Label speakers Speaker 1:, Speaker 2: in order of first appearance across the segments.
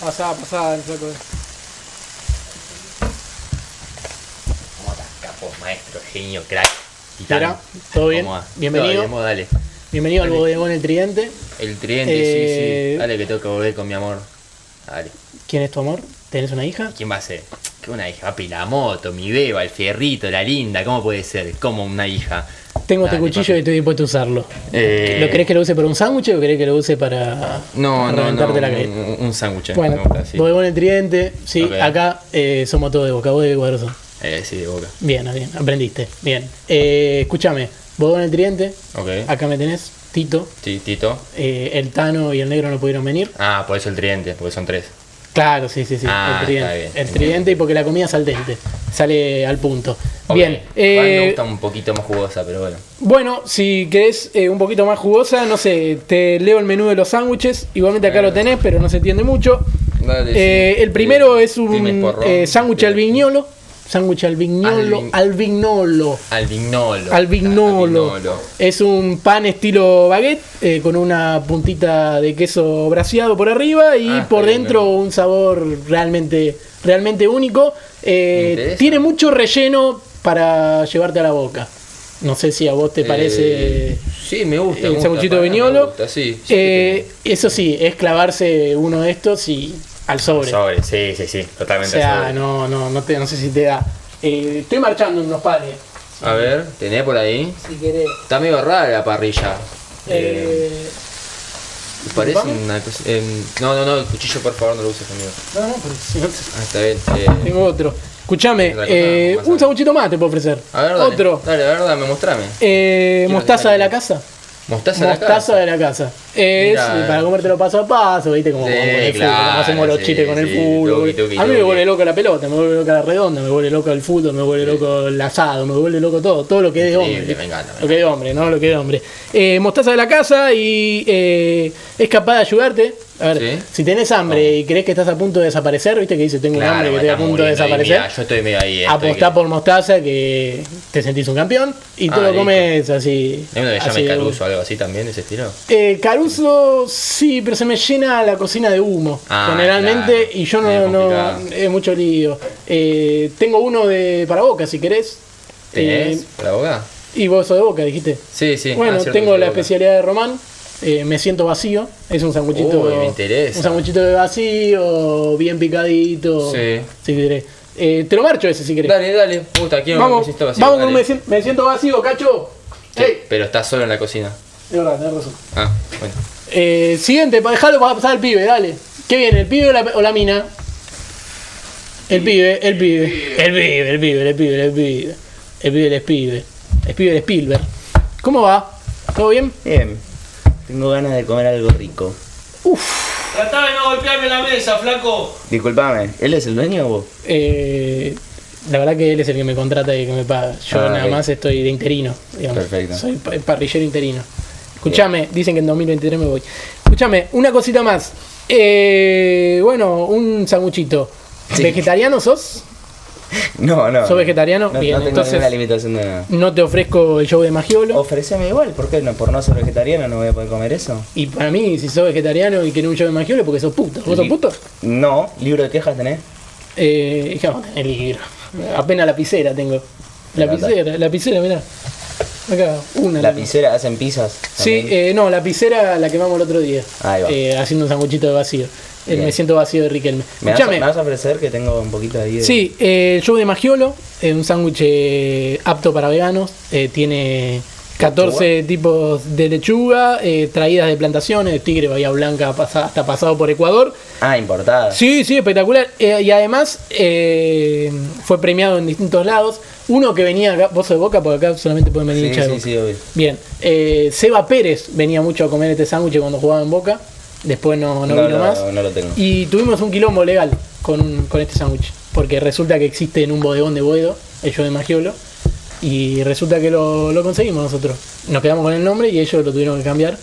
Speaker 1: Pasada, pasada el flaco.
Speaker 2: ¿Cómo estás, capo, maestro, genio, crack? titán?
Speaker 1: Mira, ¿todo bien?
Speaker 2: ¿Cómo va?
Speaker 1: Bienvenido.
Speaker 2: Todo bien, vos dale.
Speaker 1: Bienvenido al
Speaker 2: Dale.
Speaker 1: bodegón El Tridente.
Speaker 2: El tridente, sí,
Speaker 1: Eh,
Speaker 2: sí. Dale, que tengo que volver con mi amor. Dale.
Speaker 1: ¿Quién es tu amor? ¿Tenés una hija?
Speaker 2: ¿Quién va a ser? ¿Qué una hija? Papi, la moto, mi beba, el fierrito, la linda. ¿Cómo puede ser? ¿Cómo una hija?
Speaker 1: Tengo
Speaker 2: Dale,
Speaker 1: este cuchillo y
Speaker 2: papi.
Speaker 1: estoy dispuesto a usarlo.
Speaker 2: Eh,
Speaker 1: ¿Lo querés que lo use para un sándwich o querés que lo use para
Speaker 2: No, no, no.
Speaker 1: reventarte
Speaker 2: Un,
Speaker 1: la cabeza?
Speaker 2: un- un sándwich. me
Speaker 1: Bueno,
Speaker 2: gusta, sí.
Speaker 1: bodegón El Tridente. Sí,
Speaker 2: Ok.
Speaker 1: acá eh, somos todos de boca, vos de Guadalajara.
Speaker 2: Eh, sí, de boca.
Speaker 1: Bien, bien, aprendiste. Bien. Eh, escúchame, bodegón El Tridente.
Speaker 2: Ok.
Speaker 1: Acá me tenés, Tito.
Speaker 2: Sí, Tito.
Speaker 1: Eh, el Tano y el Negro no pudieron venir.
Speaker 2: Ah, por eso el tridente, porque son tres.
Speaker 1: Claro, sí, sí, sí.
Speaker 2: Ah,
Speaker 1: el tridente.
Speaker 2: está bien,
Speaker 1: el
Speaker 2: entiendo.
Speaker 1: tridente y porque la comida es al dente. Sale al punto.
Speaker 2: Ok.
Speaker 1: Bien.
Speaker 2: Igual
Speaker 1: eh,
Speaker 2: me gusta un poquito más jugosa, pero bueno.
Speaker 1: bueno, si querés eh, un poquito más jugosa, no sé, te leo el menú de los sándwiches. Igualmente acá
Speaker 2: Eh.
Speaker 1: lo tenés, pero no se entiende mucho.
Speaker 2: Dale,
Speaker 1: Eh,
Speaker 2: sí.
Speaker 1: el primero
Speaker 2: Eh,
Speaker 1: es un
Speaker 2: primer porrón.
Speaker 1: eh, sándwich
Speaker 2: Eh,
Speaker 1: al viñolo. Sándwich al viñolo.
Speaker 2: Al vi-
Speaker 1: Al viñolo.
Speaker 2: Al vignolo.
Speaker 1: Al vignolo.
Speaker 2: Al vignolo.
Speaker 1: Es un pan estilo baguette eh, con una puntita de queso braseado por arriba y
Speaker 2: Ah, está
Speaker 1: por
Speaker 2: bien,
Speaker 1: dentro
Speaker 2: bien.
Speaker 1: un sabor realmente, realmente único. Eh,
Speaker 2: Me interesa.
Speaker 1: tiene mucho relleno para llevarte a la boca. No sé si a vos te parece.
Speaker 2: Eh, sí, me gusta. me
Speaker 1: el
Speaker 2: gusta,
Speaker 1: sanguchito
Speaker 2: para,
Speaker 1: de
Speaker 2: me
Speaker 1: viñolo.
Speaker 2: gusta, sí, sí,
Speaker 1: Eh, eso sí, es clavarse uno de estos y al sobre.
Speaker 2: Sobre, sí, sí, sí,
Speaker 1: o
Speaker 2: totalmente.
Speaker 1: sea,
Speaker 2: sobre.
Speaker 1: no, no, no, te, no sé si te da. Eh, estoy marchando unos panes,
Speaker 2: A ver, tenés por ahí.
Speaker 1: si querés.
Speaker 2: Está medio rara la parrilla. Eh,
Speaker 1: Eh,
Speaker 2: parece
Speaker 1: ¿disculpame?
Speaker 2: una cosa. em, no, no, no, el cuchillo por favor no lo uses conmigo.
Speaker 1: no, no, pero si no te-
Speaker 2: Ah, está bien. eh,
Speaker 1: Tengo otro. Escuchame,
Speaker 2: Otra cosa,
Speaker 1: eh,
Speaker 2: más
Speaker 1: un
Speaker 2: algo.
Speaker 1: sabuchito más te puedo ofrecer.
Speaker 2: a ver, dale,
Speaker 1: otro.
Speaker 2: Dale, a ver, dame, mostrame.
Speaker 1: Eh,
Speaker 2: Quiero
Speaker 1: mostaza
Speaker 2: dejar
Speaker 1: de la
Speaker 2: ahí.
Speaker 1: casa.
Speaker 2: Mostaza de la
Speaker 1: Mostaza
Speaker 2: casa.
Speaker 1: de la casa. Es
Speaker 2: Mirá.
Speaker 1: para comértelo paso a paso, viste, como
Speaker 2: Sí,
Speaker 1: vamos con el fútbol,
Speaker 2: claro,
Speaker 1: como hacemos los
Speaker 2: sí,
Speaker 1: chistes con el
Speaker 2: sí,
Speaker 1: fútbol.
Speaker 2: tuqui, tuqui,
Speaker 1: a mí me
Speaker 2: tuqui.
Speaker 1: vuelve loco la pelota, me vuelve loca la redonda, me vuelve loco el fútbol, me vuelve loco el asado, me vuelve loco todo, todo lo que es de
Speaker 2: Increíble,
Speaker 1: hombre.
Speaker 2: me encanta, me
Speaker 1: Lo que es de hombre, ¿no? Lo que es de hombre. Eh, mostaza de la casa y eh, es capaz de ayudarte. A ver,
Speaker 2: Sí. Oh.
Speaker 1: si tenés hambre
Speaker 2: Vamos.
Speaker 1: y crees que estás a punto de desaparecer, viste que dice tengo un hambre que estoy a
Speaker 2: está
Speaker 1: punto de
Speaker 2: muriendo ahí,
Speaker 1: desaparecer.
Speaker 2: mirá, yo estoy medio ahí. eh, estoy
Speaker 1: Apostá
Speaker 2: que-
Speaker 1: por mostaza que te sentís un campeón y
Speaker 2: Ah,
Speaker 1: todo
Speaker 2: listo.
Speaker 1: comes así.
Speaker 2: ¿Hay uno que
Speaker 1: así
Speaker 2: llame
Speaker 1: de-
Speaker 2: Caruso o algo así también de ese estilo?
Speaker 1: Eh, Caruso sí, pero se me llena la cocina de humo
Speaker 2: Ah,
Speaker 1: generalmente
Speaker 2: claro.
Speaker 1: y yo no,
Speaker 2: Medio
Speaker 1: no
Speaker 2: complicado.
Speaker 1: es mucho lío. Eh, tengo uno de para boca si querés.
Speaker 2: ¿Tenés?
Speaker 1: Eh,
Speaker 2: ¿Para la boca?
Speaker 1: y vos sos de boca, dijiste.
Speaker 2: Sí, sí.
Speaker 1: bueno,
Speaker 2: ah, cierto,
Speaker 1: tengo
Speaker 2: soy
Speaker 1: la
Speaker 2: de Boca.
Speaker 1: especialidad de Román. eh, me siento vacío. Es un sanguchito.
Speaker 2: Uy, me interesa.
Speaker 1: Un sanguchito de vacío, bien picadito.
Speaker 2: Sí.
Speaker 1: Si querés. Eh, te lo marcho ese si querés.
Speaker 2: Dale, dale. Me gusta, quiero un
Speaker 1: Vamos,
Speaker 2: besito vacío,
Speaker 1: vamos con un
Speaker 2: dale.
Speaker 1: me siento, me siento vacío, cacho.
Speaker 2: Sí,
Speaker 1: Ey,
Speaker 2: Pero estás solo en la cocina.
Speaker 1: de verdad, tenés razón.
Speaker 2: Ah, bueno.
Speaker 1: Eh, siguiente, pa- dejalo para pasar al pibe, dale. ¿Qué viene, el pibe o la, o la mina? El pibe, el pibe. El pibe, el pibe, el pibe, el pibe. El pibe, el pibe. El pibe, el Spielberg. ¿Cómo va? ¿Todo bien?
Speaker 3: Bien, tengo ganas de comer algo rico.
Speaker 4: Tratá de no golpearme la mesa, flaco.
Speaker 3: Disculpame, ¿él es el dueño o vos?
Speaker 1: Eh, la verdad que él es el que me contrata y el que me paga. Yo
Speaker 3: Ah,
Speaker 1: nada
Speaker 3: ok.
Speaker 1: más estoy de interino. digamos.
Speaker 3: Perfecto.
Speaker 1: Soy pa- parrillero interino. Escuchame, dicen que en 2023 me voy. Escuchame, una cosita más. Eh, bueno, un sanguchito.
Speaker 3: Sí.
Speaker 1: ¿Vegetariano sos?
Speaker 3: No, no.
Speaker 1: ¿Sos vegetariano?
Speaker 3: No,
Speaker 1: Bien,
Speaker 3: no tengo
Speaker 1: entonces-
Speaker 3: ninguna limitación de nada.
Speaker 1: No te ofrezco el show de Magiolo.
Speaker 3: Ofreceme igual, ¿por qué no? ¿Por no ser vegetariano no voy a poder comer eso?
Speaker 1: y para mí, si sos vegetariano y querés un show de Magiolo, porque sos puto. ¿Vos sos
Speaker 3: Li-
Speaker 1: puto?
Speaker 3: No, libro de quejas tenés.
Speaker 1: Eh, ¿y qué vamos a tener libro? Apenas lapicera tengo.
Speaker 3: Me
Speaker 1: Lapicera, lapicera, mirá. Acá, una.
Speaker 3: La
Speaker 1: nomás.
Speaker 3: pizzera hacen pizzas.
Speaker 1: Sí,
Speaker 3: también.
Speaker 1: eh, no, la piscera la quemamos el otro día.
Speaker 3: Ahí va.
Speaker 1: Eh, haciendo un sanguchito de vacío. El
Speaker 3: Bien.
Speaker 1: me siento vacío de Riquelme.
Speaker 3: ¿Me, vas a,
Speaker 1: Escuchame.
Speaker 3: me vas a ofrecer que tengo un poquito ahí de.
Speaker 1: Sí, eh, el show de Magiolo, eh, un sándwich eh, apto para veganos. eh, tiene 14 tipos de lechuga, eh, traídas de plantaciones, de Tigre, Bahía Blanca, pasa- hasta pasado por Ecuador.
Speaker 3: Ah, importada.
Speaker 1: Sí, sí, espectacular. Eh, y además eh, fue premiado en distintos lados. Uno que venía acá, vos de boca, porque acá solamente pueden venir
Speaker 3: sí,
Speaker 1: hinchas de
Speaker 3: sí,
Speaker 1: Boca.
Speaker 3: sí, obvio.
Speaker 1: Bien, eh, Seba Pérez venía mucho a comer este sándwich cuando jugaba en Boca, después no, no
Speaker 3: No,
Speaker 1: vino
Speaker 3: no,
Speaker 1: más.
Speaker 3: no lo tengo.
Speaker 1: Y tuvimos un quilombo legal con, con este sándwich, porque resulta que existe en un bodegón de Boedo, ellos de Magiolo, y resulta que lo, lo conseguimos nosotros. Nos quedamos con el nombre y ellos lo tuvieron que cambiar,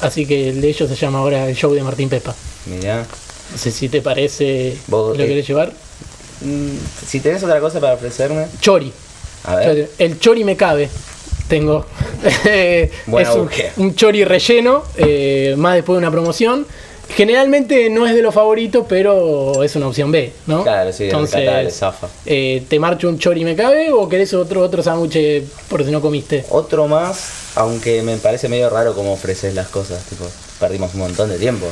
Speaker 1: así que el de ellos se llama ahora el show de Martín Pespa.
Speaker 3: Mirá.
Speaker 1: No sé si te parece,
Speaker 3: Vos,
Speaker 1: lo
Speaker 3: eh,
Speaker 1: querés llevar.
Speaker 3: Mm, si tenés otra cosa para ofrecerme.
Speaker 1: Chori.
Speaker 3: A ver.
Speaker 1: El chori me cabe. Tengo. Eh,
Speaker 3: Buena
Speaker 1: es un,
Speaker 3: búsqueda.
Speaker 1: un chori relleno, eh, más después de una promoción. Generalmente no es de los favoritos, pero es una opción B, ¿no?
Speaker 3: Claro, sí, de rescatar, le zafa.
Speaker 1: eh, ¿te marcho un chori me cabe o querés otro otro sándwich por si no comiste?
Speaker 3: Otro más, aunque me parece medio raro cómo ofreces las cosas, tipo, perdimos un montón de tiempo.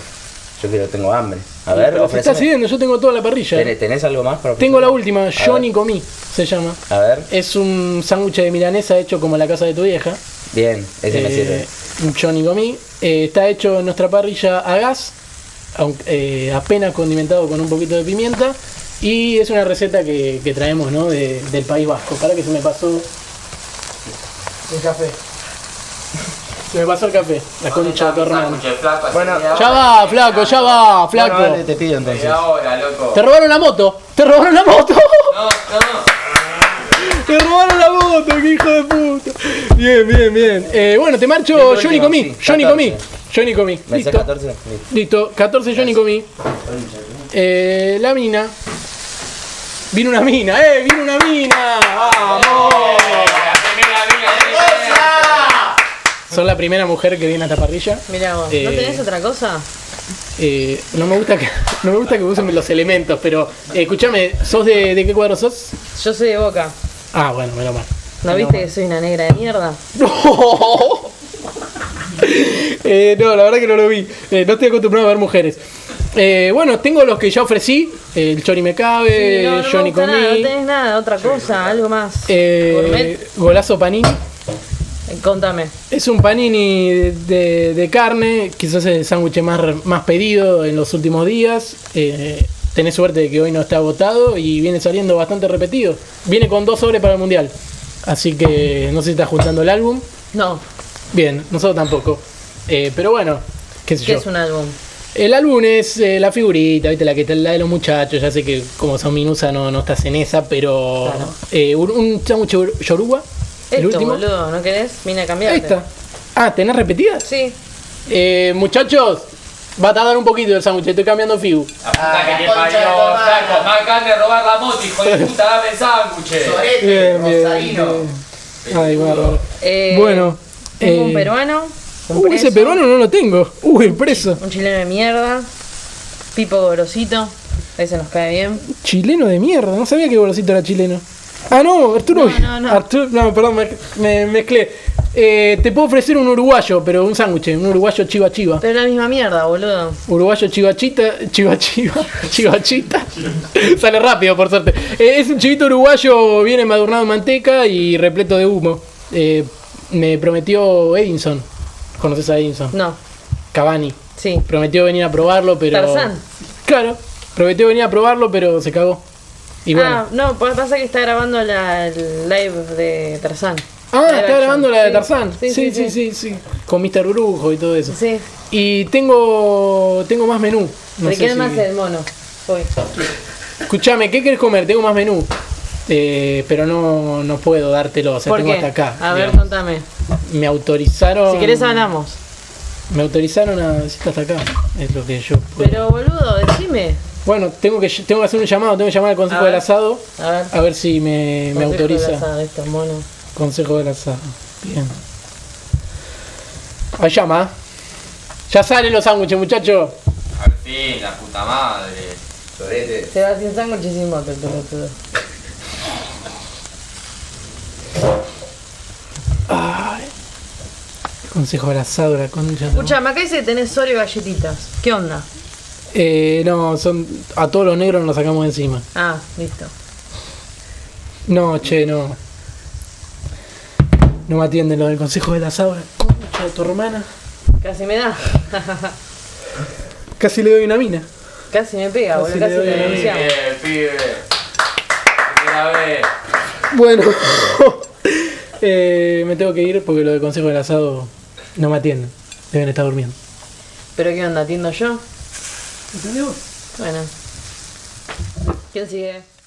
Speaker 3: Yo creo que tengo hambre. A ver,
Speaker 1: Pero se está
Speaker 3: ofreceme.
Speaker 1: siguiendo, yo tengo toda la parrilla.
Speaker 3: ¿Tenés, tenés algo más para
Speaker 1: Tengo la
Speaker 3: ofrecerme?
Speaker 1: última, Eh,
Speaker 3: A
Speaker 1: yo
Speaker 3: ver,
Speaker 1: ni comí, se llama.
Speaker 3: A ver,
Speaker 1: Es un sándwich de milanesa hecho como en la casa de tu vieja.
Speaker 3: bien, ese me
Speaker 1: Eh,
Speaker 3: sirve.
Speaker 1: Yo ni comí. Eh, está hecho en nuestra parrilla a gas, aunque, eh, apenas condimentado con un poquito de pimienta. Y es una receta que, que traemos ¿no? de- del País Vasco. Para que se me pasó el café. Se me pasó el café, la concha de tu hermano.
Speaker 5: Bueno,
Speaker 1: Ya va, flaco, ya va, flaco.
Speaker 3: Bueno, dale, te pido entonces.
Speaker 5: ahora, loco.
Speaker 1: Te robaron la moto, te robaron la moto.
Speaker 4: No, no.
Speaker 1: Te robaron la moto, qué hijo de puta. Bien, bien, bien. Eh, bueno, te marcho
Speaker 3: Listo,
Speaker 1: yo ni comí,
Speaker 3: sí,
Speaker 1: yo ni comí,
Speaker 3: 14.
Speaker 1: yo ni comí.
Speaker 3: ¿Me haces
Speaker 1: Listo.
Speaker 3: 14? Listo.
Speaker 1: Listo, 14 yo ni comí. Eh, la mina. Vino una mina, eh, vino una mina. Vamos. Son la primera mujer que viene a esta parrilla.
Speaker 6: Mirá vos, ¿no
Speaker 1: Eh,
Speaker 6: tenés otra cosa?
Speaker 1: Eh, no me gusta que no me gusta que usen los elementos, pero eh, escúchame, ¿sos de, de qué cuadro sos?
Speaker 6: Yo soy de Boca.
Speaker 1: Ah, bueno, menos mal.
Speaker 6: ¿No viste que soy una negra de mierda?
Speaker 1: Eh, no, la verdad que no lo vi. Eh, no estoy acostumbrado a ver mujeres. Eh, bueno, tengo los que ya ofrecí. Eh, el Chori me cabe,
Speaker 6: Sí, no, no me
Speaker 1: yo ni
Speaker 6: gusta
Speaker 1: comí.
Speaker 6: nada, no tenés nada, otra cosa, algo más.
Speaker 1: Eh,
Speaker 6: Gourmet,
Speaker 1: golazo panini.
Speaker 6: eh, contame.
Speaker 1: Es un panini de, de carne, quizás es el sándwich más, re- más pedido en los últimos días. Eh, tenés suerte de que hoy no está agotado y viene saliendo bastante repetido. Viene con dos sobres para el mundial. Así que no sé si está juntando el álbum.
Speaker 6: No,
Speaker 1: Bien, nosotros tampoco. Eh, pero bueno, qué sé
Speaker 6: ¿qué
Speaker 1: yo.
Speaker 6: es un álbum?
Speaker 1: El álbum es eh, la figurita, ¿viste? La que está la de los muchachos. Ya sé que como son minusa no, no estás en esa, pero.
Speaker 6: Claro.
Speaker 1: eh, un- un sándwich yor- yoruba. el
Speaker 6: Esto,
Speaker 1: último.
Speaker 6: boludo, ¿no querés? Vine a
Speaker 1: Ahí
Speaker 6: cambiarte.
Speaker 1: está. Ah, ¿tenés repetidas?
Speaker 6: Sí,
Speaker 1: Eh, muchachos, va a tardar un poquito el sándwich, estoy cambiando figu.
Speaker 5: La
Speaker 3: Ah,
Speaker 5: puta que te parió, flaco.
Speaker 4: Me acaban de robar la moto, hijo de puta, dame sándwiches.
Speaker 5: Sorete, Rosarino.
Speaker 1: Ay, bárbaro.
Speaker 6: eh,
Speaker 1: Bueno.
Speaker 6: Tengo
Speaker 1: eh,
Speaker 6: un peruano, un
Speaker 1: uh, ese
Speaker 6: preso,
Speaker 1: peruano no lo tengo. Uy, preso.
Speaker 6: un chileno de mierda, Pipo Gorosito, ese nos cae bien.
Speaker 1: Chileno de mierda, no sabía que Golosito era chileno. Ah, no, Arturo.
Speaker 6: No, no, no.
Speaker 1: Arturo- no, perdón, me, me mezclé. Eh, te puedo ofrecer un uruguayo, pero un sándwich, un uruguayo chiva chiva.
Speaker 6: Pero la misma mierda, boludo.
Speaker 1: Uruguayo chivachita, chivachiva, chivachita. Sale rápido, por suerte. Eh, es un chivito uruguayo, viene madurnado en manteca y repleto de humo. Eh, me prometió Edinson. ¿Conoces a Edinson?
Speaker 6: No,
Speaker 1: Cavani.
Speaker 6: sí.
Speaker 1: Prometió venir a probarlo, pero.
Speaker 6: Tarzán.
Speaker 1: Claro. Prometió venir a probarlo, pero se cagó. Y bueno.
Speaker 6: Ah, no, pa- pasa que está grabando la el live de Tarzán.
Speaker 1: Ah,
Speaker 6: Live
Speaker 1: está
Speaker 6: action.
Speaker 1: grabando la de
Speaker 6: Sí,
Speaker 1: Tarzán. Sí sí sí, sí, Con Mr. Brujo y todo eso.
Speaker 6: Sí.
Speaker 1: Y tengo. tengo más menú. No
Speaker 6: ¿De
Speaker 1: sé
Speaker 6: qué
Speaker 1: si-
Speaker 6: más el mono? Voy.
Speaker 1: Escuchame, ¿qué querés comer? Tengo más menú. Eh, pero no, no puedo dártelo, o sea,
Speaker 6: ¿Por
Speaker 1: tengo
Speaker 6: qué?
Speaker 1: hasta acá.
Speaker 6: A ver,
Speaker 1: digamos. Oh.
Speaker 6: contame.
Speaker 1: me autorizaron.
Speaker 6: Si querés hablamos.
Speaker 1: Me autorizaron a decirte hasta acá. Es lo que yo puedo.
Speaker 6: Pero boludo, decime.
Speaker 1: Bueno, tengo que tengo que hacer un llamado, tengo que llamar al Consejo
Speaker 6: A ver.
Speaker 1: del Asado
Speaker 6: A ver.
Speaker 1: a ver si Ah, me, me
Speaker 6: consejo
Speaker 1: autoriza.
Speaker 6: de asado, estos monos.
Speaker 1: Consejo del Asado. Bien. Ahí llama. Ya salen los sándwiches, muchachos.
Speaker 5: Al fin, la puta madre. Sorete.
Speaker 6: Se va sin sándwich y sin moto, el pelotudo.
Speaker 1: Consejo del Asado, la concha. de-
Speaker 6: Escucha, acá dice que tenés Oreo y galletitas. ¿Qué onda?
Speaker 1: Eh, no, son a todos los negros nos los sacamos de encima.
Speaker 6: Ah, listo.
Speaker 1: No, che, no. No me atienden lo del consejo de la sábana. Concha de tu hermana.
Speaker 6: Casi me da.
Speaker 1: Casi le doy una mina.
Speaker 6: casi me pega,
Speaker 1: Casi
Speaker 6: boludo.
Speaker 1: le
Speaker 6: Casi
Speaker 1: doy
Speaker 6: te
Speaker 1: la
Speaker 6: denunciamos.
Speaker 5: Pibe, pibe. Primera vez.
Speaker 1: Bueno. Eh, me tengo que ir porque lo del consejo del asado no me atienden. Deben estar durmiendo.
Speaker 6: Pero ¿qué onda? ¿Atiendo yo?
Speaker 1: ¿Entendió?
Speaker 6: Bueno. ¿Quién sigue?